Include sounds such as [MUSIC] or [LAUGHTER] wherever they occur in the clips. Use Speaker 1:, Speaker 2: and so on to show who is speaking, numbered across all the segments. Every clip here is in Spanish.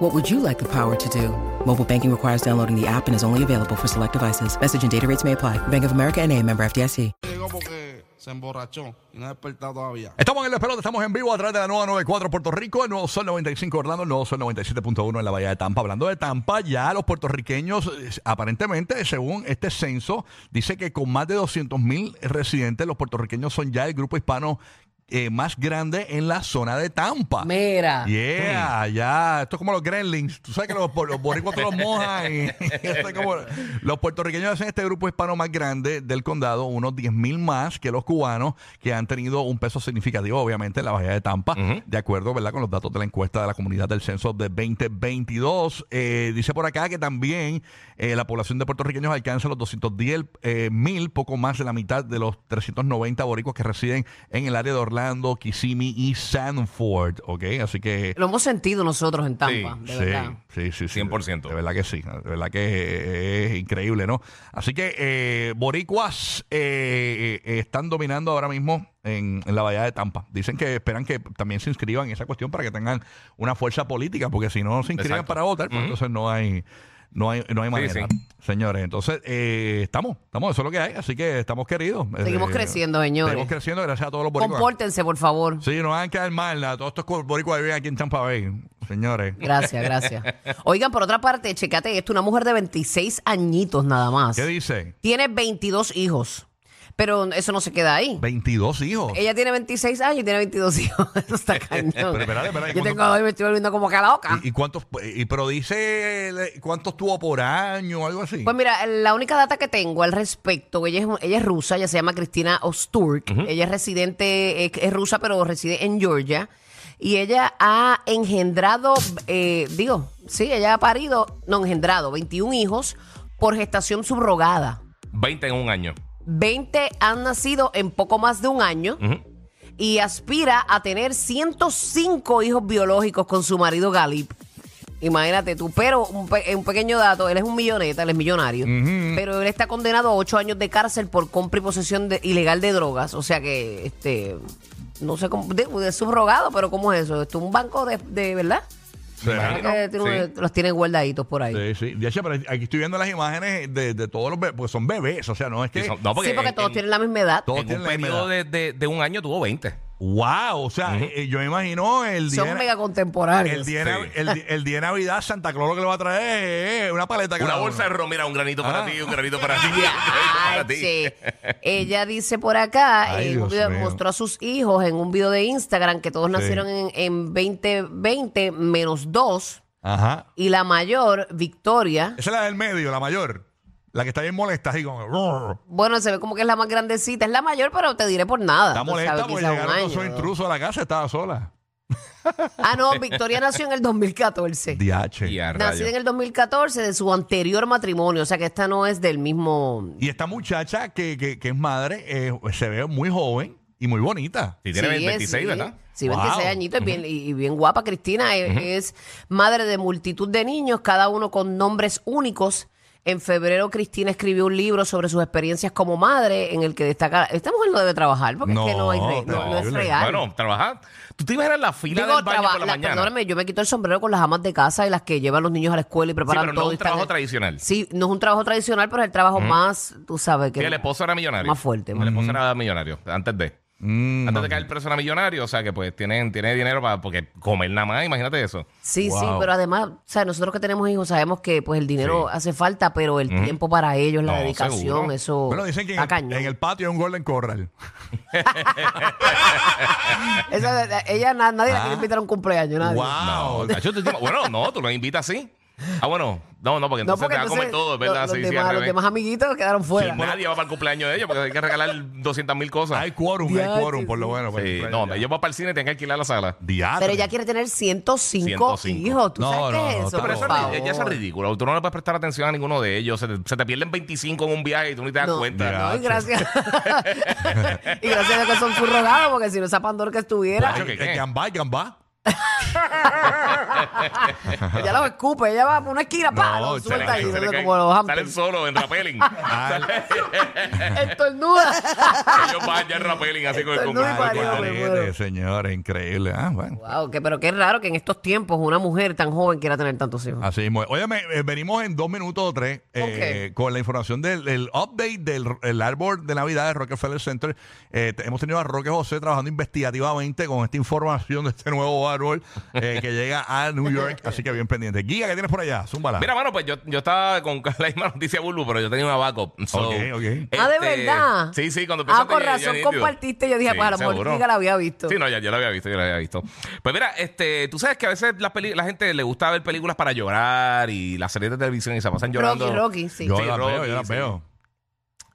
Speaker 1: What would you like the power to do? Mobile banking requires downloading the app and is only available for select devices. Message and data rates may apply. Bank of America and a member FDIC.
Speaker 2: Llegó porque se emborrachó y no ha despertado todavía.
Speaker 3: Estamos en el Esperote, estamos en vivo a través de la nueva 94 Puerto Rico, el nuevo Sol 95 Orlando, el nuevo Sol 97.1 en la Bahía de Tampa. Hablando de Tampa, ya los puertorriqueños, eh, aparentemente, según este censo, dice que con más de 200 mil residentes, los puertorriqueños son ya el grupo hispano eh, más grande en la zona de Tampa.
Speaker 4: Mira.
Speaker 3: Yeah, ya. Esto es como los gremlins. Tú sabes que los, los boricuas te los mojan. y- [LAUGHS] esto es como- los puertorriqueños hacen este grupo hispano más grande del condado, unos 10.000 más que los cubanos, que han tenido un peso significativo, obviamente, en la Bahía de Tampa, de acuerdo ¿verdad? con los datos de la encuesta de la comunidad del censo de 2022. Eh, dice por acá que también eh, la población de puertorriqueños alcanza los 210 eh, mil, poco más de la mitad de los 390 boricuas que residen en el área de Orlando, Kissimmee y Sanford. ¿ok? Así que
Speaker 4: Lo hemos sentido nosotros en Tampa, de verdad.
Speaker 3: sí, sí, sí.
Speaker 5: 100%.
Speaker 3: De verdad que sí. De verdad que es increíble, ¿no? Así que eh, boricuas eh, eh, están dominando ahora mismo en, en la bahía de Tampa. Dicen que esperan que también se inscriban en esa cuestión para que tengan una fuerza política, porque si no se inscriban
Speaker 5: Exacto.
Speaker 3: para votar, pues entonces no hay... No hay, no hay manera,
Speaker 5: sí.
Speaker 3: señores. Entonces, eh, estamos, estamos, eso es lo que hay. Así que estamos queridos.
Speaker 4: Seguimos
Speaker 3: Eh,
Speaker 4: creciendo, señores.
Speaker 3: Seguimos creciendo gracias a todos los boricuas.
Speaker 4: Compórtense, por favor.
Speaker 3: Sí, no van a quedar mal. a Todos estos boricuas que viven aquí en Tampa Bay, señores. [LAUGHS]
Speaker 4: Gracias, gracias. Oigan, por otra parte, checate esto, una mujer de 26 añitos nada más.
Speaker 3: ¿Qué dice?
Speaker 4: Tiene 22 hijos, pero eso no se queda ahí.
Speaker 3: 22 hijos.
Speaker 4: Ella tiene 26 años y tiene 22 hijos. [LAUGHS]
Speaker 3: [LAUGHS]
Speaker 4: Eso está cañón.
Speaker 3: espérate, espérate, ¿cuándo-
Speaker 4: Yo tengo hoy me estoy volviendo como que loca.
Speaker 3: ¿Y, y cuántos? Y, pero dice el- cuántos tuvo por año o algo así.
Speaker 4: Pues mira, la única data que tengo al respecto, ella es, ella es rusa, ella se llama Cristina Osturk, ella es residente, es, es rusa pero reside en Georgia, y ella ha engendrado, eh, digo, sí, ella ha parido, no engendrado, 21 hijos por gestación subrogada.
Speaker 5: 20 en un año.
Speaker 4: 20 han nacido en poco más de un año
Speaker 5: Ujú.
Speaker 4: y aspira a tener 105 hijos biológicos con su marido Galip. Imagínate tú, pero un, pe- un pequeño dato, él es un milloneta, él es millonario, pero él está condenado a ocho años de cárcel por compra y posesión de- ilegal de drogas, o sea que, este, no sé cómo, de, de subrogado, pero ¿cómo es eso? ¿Esto es un banco de, de- verdad?
Speaker 3: ¿Será?
Speaker 5: Sí,
Speaker 4: Que tiene- Los tienen guardaditos por ahí.
Speaker 3: Ah, Sí, sí. De hecho, pero aquí estoy viendo las imágenes de, de todos los bebés, porque son bebés, o sea, no es que...
Speaker 5: Y son-
Speaker 4: Sí, porque
Speaker 5: en-
Speaker 4: todos
Speaker 5: en-
Speaker 4: tienen la misma edad.
Speaker 3: todos
Speaker 5: en
Speaker 3: tienen
Speaker 5: un
Speaker 3: la misma
Speaker 5: periodo
Speaker 3: edad.
Speaker 5: de, de- de un año tuvo 20.
Speaker 3: ¡Wow! O sea, eh, yo me imagino el día...
Speaker 4: Son mega
Speaker 3: el
Speaker 4: contemporáneos.
Speaker 3: día, de Nav-
Speaker 5: Sí.
Speaker 3: el, di- el día de Navidad, Santa Claus lo que le va a traer es eh, una paleta.
Speaker 5: Una
Speaker 3: cada uno.
Speaker 5: bolsa de ron, mira, un granito para
Speaker 3: Ah.
Speaker 5: ti, un granito
Speaker 3: [LAUGHS]
Speaker 4: [LAUGHS]
Speaker 5: para ti, un granito para ti.
Speaker 4: Yache. Ella dice por acá,
Speaker 3: Ay,
Speaker 4: en un
Speaker 3: Dios
Speaker 4: video-
Speaker 3: mío.
Speaker 4: mostró a sus hijos en un video de Instagram que todos nacieron en, en 2020 menos dos
Speaker 3: Ajá.
Speaker 4: y la mayor, Victoria.
Speaker 3: Esa es la del medio, la mayor. La que está bien molesta, así como...
Speaker 4: Bueno, se ve como que es la más grandecita, es la mayor, pero te diré por nada.
Speaker 3: Está
Speaker 4: Tú sabes,
Speaker 3: molesta porque
Speaker 4: quizá un
Speaker 3: llegaron
Speaker 4: año,
Speaker 3: esos
Speaker 4: ¿no?
Speaker 3: intrusos a la casa, estaba sola.
Speaker 4: Ah, no, Victoria nació en
Speaker 3: [LAUGHS]
Speaker 4: el 2014.
Speaker 3: DH.
Speaker 5: Y a
Speaker 4: Nacida en
Speaker 5: rayos.
Speaker 4: el 2014 de su anterior matrimonio, o sea que esta no es del mismo...
Speaker 3: Y esta muchacha que, que- que es madre eh, se ve muy joven y muy bonita.
Speaker 5: Si tiene
Speaker 4: Sí,
Speaker 5: 26,
Speaker 4: sí.
Speaker 5: ¿verdad?
Speaker 4: Sí, 26
Speaker 3: Wow.
Speaker 4: añitos y bien, y bien guapa. Cristina e- es, madre de multitud de niños, cada uno con nombres únicos. En febrero, Cristina escribió un libro sobre sus experiencias como madre, en el que destaca. Esta mujer no debe trabajar porque es que no, hay re- no- no es
Speaker 3: terrible.
Speaker 4: real.
Speaker 5: Bueno, trabajar. Tú te imaginas la fila
Speaker 4: Digo,
Speaker 5: del baño
Speaker 4: traba-
Speaker 5: por la,
Speaker 4: la-
Speaker 5: mañana.
Speaker 4: perdóname, yo me quito el sombrero con las amas de casa y las que llevan los niños a la escuela y
Speaker 5: sí,
Speaker 4: preparan
Speaker 5: pero no
Speaker 4: todo. y
Speaker 5: es un
Speaker 4: están-
Speaker 5: trabajo tradicional. Sí,
Speaker 4: Sí, no es un trabajo tradicional, pero es el trabajo más, tú sabes que.
Speaker 5: el esposo era millonario.
Speaker 4: Más fuerte, más
Speaker 5: El esposo era millonario, antes de.
Speaker 3: Mm,
Speaker 5: Antes de caer el preso era millonario, o sea que pues tienen, tiene dinero para porque comer nada más, imagínate eso.
Speaker 4: Sí, sí,
Speaker 3: Wow.
Speaker 4: pero además, o sea, nosotros que tenemos hijos sabemos que pues el dinero
Speaker 5: Sí.
Speaker 4: hace falta, pero el tiempo para ellos, la
Speaker 5: No,
Speaker 4: dedicación,
Speaker 5: seguro.
Speaker 4: eso
Speaker 3: Bueno, dicen que en
Speaker 4: está
Speaker 3: el,
Speaker 4: cañón. [LAUGHS]
Speaker 3: en el patio hay un Golden Corral.
Speaker 4: Esa- ella na- nadie la
Speaker 3: Ah.
Speaker 4: eh, quiere invitar a un cumpleaños, nadie.
Speaker 3: ¡Wow!
Speaker 5: Ah, Tacho, tú te- bueno, no, tú lo invitas así. Ah, bueno, no, no, porque
Speaker 4: No,
Speaker 5: entonces
Speaker 4: porque
Speaker 5: te va a comer
Speaker 4: entonces
Speaker 5: todo, es
Speaker 4: lo-
Speaker 5: ¿verdad?
Speaker 4: los,
Speaker 5: Sí, sí, al
Speaker 4: demás, los
Speaker 5: revés.
Speaker 4: demás amiguitos quedaron
Speaker 5: Sí,
Speaker 4: fuera.
Speaker 5: nadie va para el cumpleaños de ellos porque hay que regalar 200 mil cosas.
Speaker 3: Hay quórum, hay
Speaker 4: Ya,
Speaker 3: quórum,
Speaker 4: sí,
Speaker 3: por lo pues,
Speaker 4: sí.
Speaker 3: bueno. por
Speaker 5: Sí,
Speaker 3: ejemplo,
Speaker 5: no,
Speaker 3: ya.
Speaker 5: yo voy para el cine, tengo que alquilar la sala.
Speaker 3: Diatre.
Speaker 4: Pero ella quiere tener 105,
Speaker 5: 105.
Speaker 4: hijos. ¿Tú
Speaker 3: No,
Speaker 4: sabes
Speaker 3: no,
Speaker 4: qué
Speaker 3: no,
Speaker 4: es eso?
Speaker 3: está
Speaker 5: Pero
Speaker 4: por
Speaker 5: eso,
Speaker 4: favor?
Speaker 5: es- ya eso es ridículo. Tú no le puedes prestar atención a ninguno de ellos. Se te, se te pierden 25 en un viaje y tú ni te das
Speaker 4: No,
Speaker 5: cuenta.
Speaker 4: no, y gracias. [LAUGHS] y gracias a Dios que son subrogados, porque si no, esa Pandora que estuviera, [LAUGHS]
Speaker 5: Ay,
Speaker 3: Ay,
Speaker 5: ¿qué?
Speaker 3: eh, Gambá, gambá.
Speaker 4: ella los escupe, ella va por una esquina, pa,
Speaker 3: No,
Speaker 4: los
Speaker 3: se le
Speaker 5: [LAUGHS]
Speaker 4: suelta
Speaker 3: cae,
Speaker 4: y
Speaker 3: se le
Speaker 4: no sé,
Speaker 5: caen-
Speaker 4: como los
Speaker 5: salen
Speaker 4: hamsters.
Speaker 5: solos
Speaker 4: [LAUGHS]
Speaker 5: en rappelling.
Speaker 3: Al-
Speaker 4: Estornuda.
Speaker 5: ellos van ya en rappelling, así con el
Speaker 4: Esto es muy
Speaker 5: con-
Speaker 3: al
Speaker 4: parió, me
Speaker 3: garete,
Speaker 4: muero.
Speaker 3: señores, increíble. Ah, bueno.
Speaker 4: [LAUGHS] Wow, que, pero qué raro que en estos tiempos una mujer tan joven quiera tener tantos hijos.
Speaker 3: Así mismo. Oye, venimos en dos minutos o tres eh, con la información del, del update del el árbol de Navidad de Rockefeller Center. Eh, te- hemos tenido a Roque José trabajando investigativamente con esta información de este nuevo árbol
Speaker 5: [LAUGHS]
Speaker 3: eh, que llega a New York. Así que bien pendiente. Guía, ¿qué tienes por allá? Zúmbala.
Speaker 5: Mira, mano, pues yo, yo estaba con [LAUGHS] la misma noticia Bulbu, pero yo tenía una backup. So,
Speaker 3: Ok, ok.
Speaker 4: ah, de
Speaker 5: este,
Speaker 4: verdad.
Speaker 5: Sí, sí, cuando
Speaker 4: Ah,
Speaker 5: empezaste,
Speaker 4: con
Speaker 5: yo- yo
Speaker 4: razón
Speaker 5: nítido.
Speaker 4: compartiste. Yo dije,
Speaker 5: Sí,
Speaker 4: pues a lo mejor
Speaker 5: seguro.
Speaker 4: nunca la había visto.
Speaker 5: Sí, no, ya, yo lo había visto, yo lo había visto. Pues mira, este, tú sabes que a veces la, peli- la gente le gusta ver películas para llorar y las series de televisión y se pasan llorando.
Speaker 4: Rocky, Rocky, sí.
Speaker 3: yo
Speaker 5: Sí,
Speaker 3: las
Speaker 5: Rocky,
Speaker 3: veo, yo las
Speaker 5: sí.
Speaker 3: veo.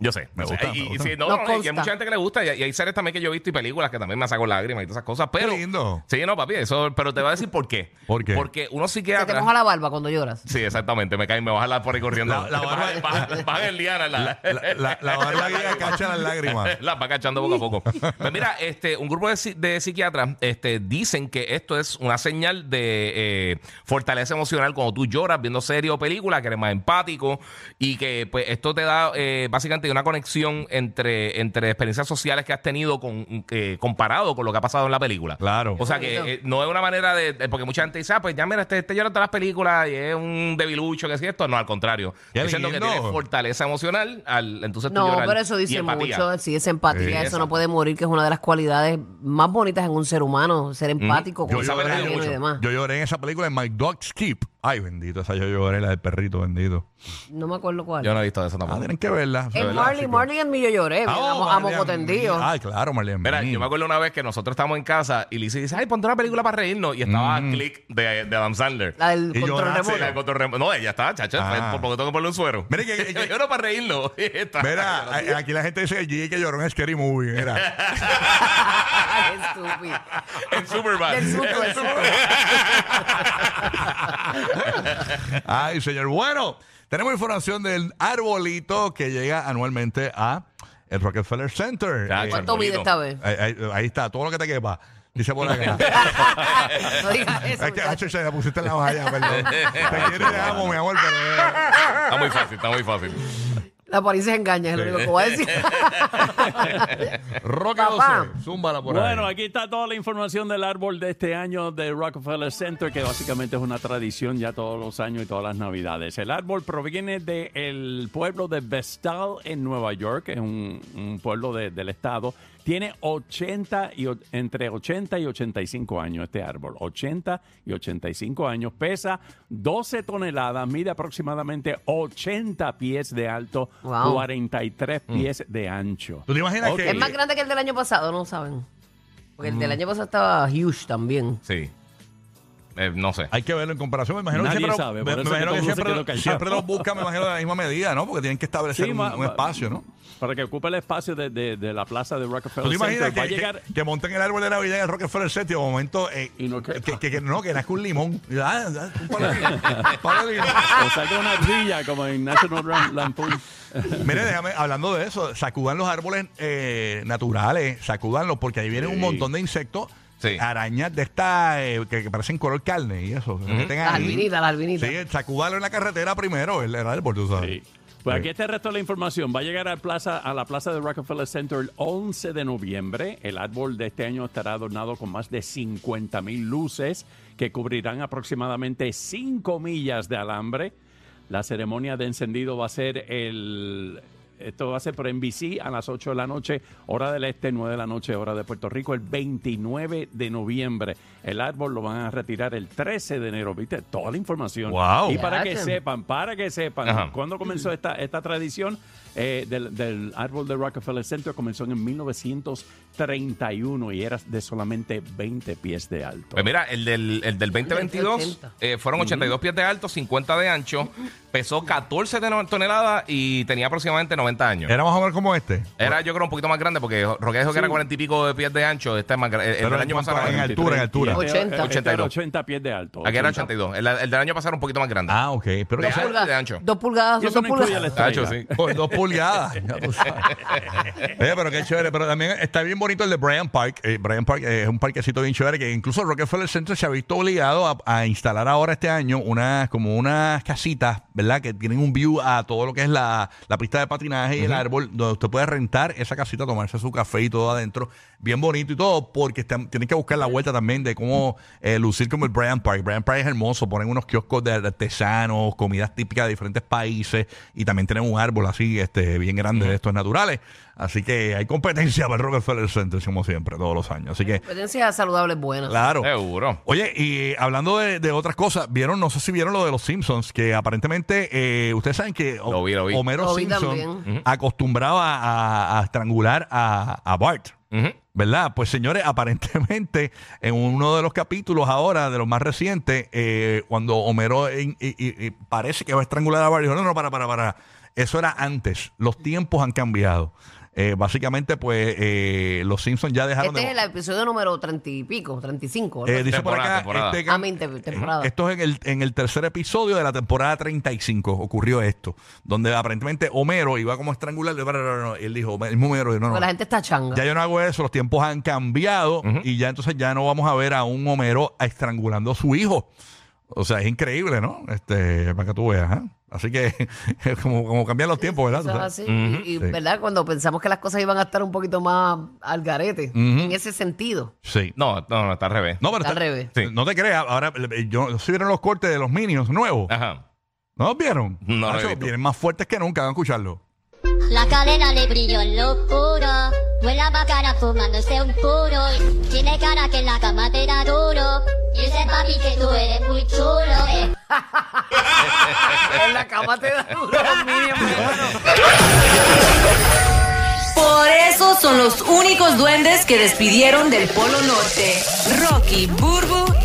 Speaker 5: Yo sé,
Speaker 3: Me
Speaker 5: yo sé.
Speaker 3: gusta,
Speaker 5: Y,
Speaker 3: me
Speaker 5: y
Speaker 3: gusta.
Speaker 5: sí,
Speaker 4: Nos
Speaker 5: no, no, y hay
Speaker 4: consta.
Speaker 5: mucha gente que le gusta y, y hay series también que yo he visto y películas que también me saco lágrimas y todas esas cosas. Pero,
Speaker 3: Qué lindo.
Speaker 5: Sí, no, papi, eso, pero te voy a decir por qué.
Speaker 3: ¿Por qué?
Speaker 5: Porque uno sí
Speaker 4: Se
Speaker 5: queda.
Speaker 4: te moja la barba cuando lloras.
Speaker 5: Sí, exactamente, me cae, me baja la por ahí corriendo.
Speaker 3: La- la barba-
Speaker 5: [LAUGHS] baja, baja- baja el liana, la-
Speaker 3: La, la, la barba guía cacha las
Speaker 5: [LAUGHS]
Speaker 3: lágrimas.
Speaker 5: Las va cachando poco a poco. Pues mira, este, un grupo de, psi- de psiquiatras este, dicen que esto es una señal de eh, fortaleza emocional cuando tú lloras viendo series o películas, que eres más empático y que pues esto te da eh, básicamente una conexión entre, entre experiencias sociales que has tenido con, eh, comparado con lo que ha pasado en la película.
Speaker 3: Claro.
Speaker 5: O sea que eh, no es una manera de, de- Porque mucha gente dice, ah, pues ya mira, este, este llora todas las películas y es un debilucho, que es esto. No, al contrario.
Speaker 3: Qué
Speaker 5: Diciendo que
Speaker 3: lindo.
Speaker 5: tiene fortaleza emocional, al, entonces tú
Speaker 4: No,
Speaker 5: lloras
Speaker 4: pero eso
Speaker 5: y
Speaker 4: dice
Speaker 5: empatía.
Speaker 4: mucho. Sí, es empatía.
Speaker 5: Sí,
Speaker 4: eso
Speaker 5: exacto.
Speaker 4: no puede morir, que es una de las cualidades más bonitas en un ser humano.
Speaker 3: Mm,
Speaker 4: Ser empático,
Speaker 5: Yo
Speaker 4: con
Speaker 5: lloré
Speaker 4: saber
Speaker 5: mucho.
Speaker 4: y demás.
Speaker 3: Yo lloré en esa película en My Dog's Keep. Ay, bendito, esa yo lloré, la del perrito, bendito.
Speaker 4: No me acuerdo cuál.
Speaker 5: Yo no he visto eso
Speaker 3: Ah,
Speaker 5: tampoco.
Speaker 3: tienen que verla. de
Speaker 4: En
Speaker 3: verdad,
Speaker 4: Marley,
Speaker 3: chicos.
Speaker 4: Marley and Me yo lloré.
Speaker 3: Ah,
Speaker 4: a, mo-
Speaker 3: oh,
Speaker 4: a
Speaker 3: Marley
Speaker 4: moco
Speaker 3: and Me.
Speaker 4: tendido.
Speaker 3: Ah, claro, Marlene.
Speaker 5: Mira, yo me acuerdo una vez que nosotros estábamos en casa y Lizzie dice, ay, ponte una película para reírnos. Y estaba
Speaker 3: Mm.
Speaker 5: Click de, de Adam Sandler. Ah,
Speaker 4: La del
Speaker 3: Y
Speaker 4: control
Speaker 3: lloraste.
Speaker 5: Sí, la
Speaker 4: remoto.
Speaker 5: de Cotorremo. No, ella estaba, chacha,
Speaker 3: Ah.
Speaker 5: fue por poco tengo que ponerle un suero.
Speaker 3: Mire
Speaker 5: [LAUGHS]
Speaker 3: que- que-
Speaker 5: yo no para reírnos. [LAUGHS] Y esta-
Speaker 3: Mira, a- aquí la gente dice que Gigi que lloró en Scary Movie.
Speaker 4: [LAUGHS]
Speaker 3: Mira.
Speaker 4: Qué estúpido.
Speaker 5: en Superman.
Speaker 4: Del susto, del susto.
Speaker 3: [LAUGHS] Ay, señor. Bueno, tenemos información del arbolito que llega anualmente a el Rockefeller Center.
Speaker 5: Ya,
Speaker 3: Eh,
Speaker 5: chacho.
Speaker 4: ¿Cuánto mide
Speaker 3: [LAUGHS]
Speaker 4: esta vez?
Speaker 3: ahí, ahí- ahí está, todo lo que te quepa. Dice por
Speaker 4: [LAUGHS]
Speaker 3: acá.
Speaker 4: no digas eso.
Speaker 3: es que,
Speaker 4: muchacho.
Speaker 3: acho, se la pusiste en la valla,
Speaker 5: [LAUGHS]
Speaker 3: perdón. te quiero y te amo, mi amor, pero... eh,
Speaker 5: está muy fácil, está muy fácil.
Speaker 4: La París se engaña, es lo único que voy
Speaker 3: [LAUGHS]
Speaker 4: a decir.
Speaker 3: Roque
Speaker 4: Papá.
Speaker 3: José, zúmbala por ahí.
Speaker 6: Bueno, aquí está toda la información del árbol de este año de Rockefeller Center, que básicamente es una tradición ya todos los años y todas las navidades. El árbol proviene del pueblo de Vestal en Nueva York, es un, un pueblo de- del estado. Tiene 80 y o- entre 80 y 85 años este árbol, 80 y 85 años, pesa 12 toneladas, mide aproximadamente 80 pies de alto,
Speaker 4: Wow. Mm.
Speaker 6: 43 pies de ancho.
Speaker 3: ¿Tú te imaginas
Speaker 5: Ok.
Speaker 3: que...?
Speaker 4: es más grande que el del año pasado, no saben. Porque el del
Speaker 3: Mm.
Speaker 4: año pasado estaba huge también.
Speaker 5: Sí. Eh, no sé.
Speaker 3: Hay que verlo en comparación. Me imagino
Speaker 6: Nadie
Speaker 3: que siempre, me,
Speaker 6: sabe, por
Speaker 3: me
Speaker 6: eso es que
Speaker 3: imagino
Speaker 6: todo
Speaker 3: que
Speaker 6: el mundo se
Speaker 3: siempre,
Speaker 6: quedó callado.
Speaker 3: siempre los buscan, me imagino, de la misma medida, ¿no? Porque tienen que establecer
Speaker 6: Sí,
Speaker 3: un,
Speaker 6: ma-
Speaker 3: un
Speaker 6: ma-
Speaker 3: espacio, ¿no?
Speaker 6: Para que ocupe el espacio de, de- de la plaza de
Speaker 3: ¿Tú
Speaker 6: Rockefeller
Speaker 3: te imaginas
Speaker 6: Center.
Speaker 3: que,
Speaker 6: Va a
Speaker 3: que-
Speaker 6: llegar...
Speaker 3: que monten el árbol de Navidad en el Rockefeller Center y de momento eh,
Speaker 6: Y no
Speaker 3: que,
Speaker 6: que-
Speaker 3: que, que no, que nazca un limón? Y, ah, ah, un palo de
Speaker 6: [LAUGHS]
Speaker 3: limón, un palo de limón.
Speaker 6: o salga una ardilla como en National Lam- Lampoon.
Speaker 3: Mire, déjame, hablando de eso, sacudan los árboles eh, naturales, sacudanlos, porque ahí vienen un montón de insectos,
Speaker 5: Sí.
Speaker 3: arañas de estas eh, que, que parecen color carne y eso. se meten
Speaker 4: La
Speaker 3: ahí.
Speaker 4: albinita, la albinita.
Speaker 3: Sí, sacudarlo en la carretera primero, el, el árbol, tú sabes.
Speaker 6: Sí. Pues aquí está el resto de la información. Va a llegar a, plaza, a la plaza de Rockefeller Center el 11 de noviembre. El árbol de este año estará adornado con más de 50 mil luces que cubrirán aproximadamente 5 millas de alambre. La ceremonia de encendido va a ser el... Esto va a ser por NBC a las 8 de la noche, hora del este, 9 de la noche, hora de Puerto Rico, el 29 de noviembre. El árbol lo van a retirar el 13 de enero, ¿viste? Toda la información.
Speaker 3: Wow.
Speaker 6: Y para que
Speaker 4: Gracias.
Speaker 6: sepan, para que sepan,
Speaker 5: Ajá.
Speaker 6: cuando comenzó esta, esta tradición? eh, del, del árbol de Rockefeller Center comenzó en 1931 y era de solamente 20 pies de alto.
Speaker 5: Pues mira, el del, el del 2022
Speaker 4: 80.
Speaker 5: eh, fueron 82 pies de alto, 50 de ancho, pesó 14 teno- toneladas y tenía aproximadamente 90 años. Era,
Speaker 3: Era más o menos como este.
Speaker 5: yo creo, un poquito más grande porque Roque dijo que era 40 y pico de pies de ancho. Este es más gra- el, el
Speaker 3: Pero
Speaker 5: del
Speaker 3: en
Speaker 5: año
Speaker 3: cuanto
Speaker 5: pasado
Speaker 3: a-
Speaker 5: era
Speaker 3: en
Speaker 5: 40.
Speaker 3: altura, en altura.
Speaker 6: este,
Speaker 4: 80.
Speaker 6: 82. 80 pies de alto.
Speaker 5: Aquí era
Speaker 6: 80.
Speaker 5: 82. El, el del año pasado era un poquito más grande.
Speaker 3: Ah, ok. Pero
Speaker 5: De
Speaker 3: o sea,
Speaker 5: alto.
Speaker 4: Pulgadas,
Speaker 5: de ancho.
Speaker 4: Dos pulgadas,
Speaker 6: Y
Speaker 4: son
Speaker 6: eso
Speaker 4: dos
Speaker 6: no incluye la
Speaker 4: pulgadas.
Speaker 5: Ah, hecho,
Speaker 6: estrella.
Speaker 5: sí.
Speaker 3: por dos pulgadas. ya tú [LAUGHS] sabes. Oye, Eh, pero qué chévere. Pero también está bien bonito el de Bryant Park. Eh, Bryant Park eh, es un parquecito bien chévere que incluso Rockefeller Center se ha visto obligado a, a instalar ahora este año unas como unas casitas, ¿verdad? Que tienen un view a todo lo que es la, la pista de patinaje y el árbol, donde usted puede rentar esa casita, tomarse su café y todo adentro. Bien bonito y todo, porque están- tienen que buscar la vuelta también de cómo eh, lucir como el Bryant Park. Bryant Park es hermoso. Ponen unos kioscos de artesanos, comidas típicas de diferentes países y también tienen un árbol así, este, bien grande de estos naturales. Así que hay competencia para el Rockefeller Center, como siempre, todos los años. Así que,
Speaker 4: Competencias saludables buenas.
Speaker 3: claro.
Speaker 5: Seguro.
Speaker 3: Oye, y hablando de, de otras cosas, vieron, no sé si vieron lo de los Simpsons, que aparentemente eh, ustedes saben que
Speaker 5: Lo vi, lo vi.
Speaker 3: Homero
Speaker 4: Lo vi
Speaker 3: Simpson
Speaker 4: también.
Speaker 3: acostumbraba a, a estrangular a, a Bart.
Speaker 5: Ujú.
Speaker 3: ¿Verdad? Pues señores, [LAUGHS] aparentemente en uno de los capítulos ahora, de los más recientes, eh, cuando Homero eh, y- y- y parece que va a estrangular a Bart, dijo, no, no, para, para, para. Eso era antes. Los tiempos han cambiado. Eh, básicamente, pues eh, los Simpsons ya dejaron
Speaker 4: Este es
Speaker 3: de...
Speaker 4: el episodio número 30 y pico, 35.
Speaker 3: Eh,
Speaker 4: ¿verdad?
Speaker 3: dice por acá,
Speaker 5: Temporada,
Speaker 3: este-
Speaker 4: Ah, 20 temporada.
Speaker 3: esto es en el, en el tercer episodio de la temporada 35 ocurrió esto, donde aparentemente Homero iba como a estrangularlo, pero no, no, no, y él dijo, el Homero, dijo, no, no,
Speaker 4: Pues la gente está changa.
Speaker 3: ya yo no hago eso, los tiempos han cambiado y ya entonces ya no vamos a ver a un Homero estrangulando a su hijo. O sea, es increíble, ¿no? Este, para que tú veas, ¿eh? Así que [LAUGHS] es como, como cambian los tiempos, ¿verdad?
Speaker 4: Eso
Speaker 3: Tú
Speaker 4: es
Speaker 3: sabes.
Speaker 4: así. Y, y, ¿verdad? Cuando pensamos que las cosas iban a estar un poquito más al garete, en ese sentido. [LAUGHS]
Speaker 3: Sí.
Speaker 5: No, no, no, está al revés.
Speaker 3: No, pero
Speaker 4: Está al
Speaker 3: está-
Speaker 4: revés.
Speaker 5: Sí.
Speaker 3: no te creas, ahora eh, yo no sé si vieron los cortes de los Minions nuevos.
Speaker 5: Ajá.
Speaker 3: ¿No los vieron?
Speaker 5: Ah. No lo he
Speaker 3: Nacho,
Speaker 5: visto.
Speaker 3: Vienen más fuertes que nunca, van a escucharlo.
Speaker 7: La cadena le brilló en locura. Huele a bacana fumándose un puro. Tiene cara que en la cama te da duro. Y ese papi que tú eres muy chulo. eh.
Speaker 4: en la cama te da duro los
Speaker 3: [LAUGHS]
Speaker 4: Minions, mi hermano.
Speaker 8: Por eso son los únicos duendes que despidieron del Polo Norte. Rocky, Burbu y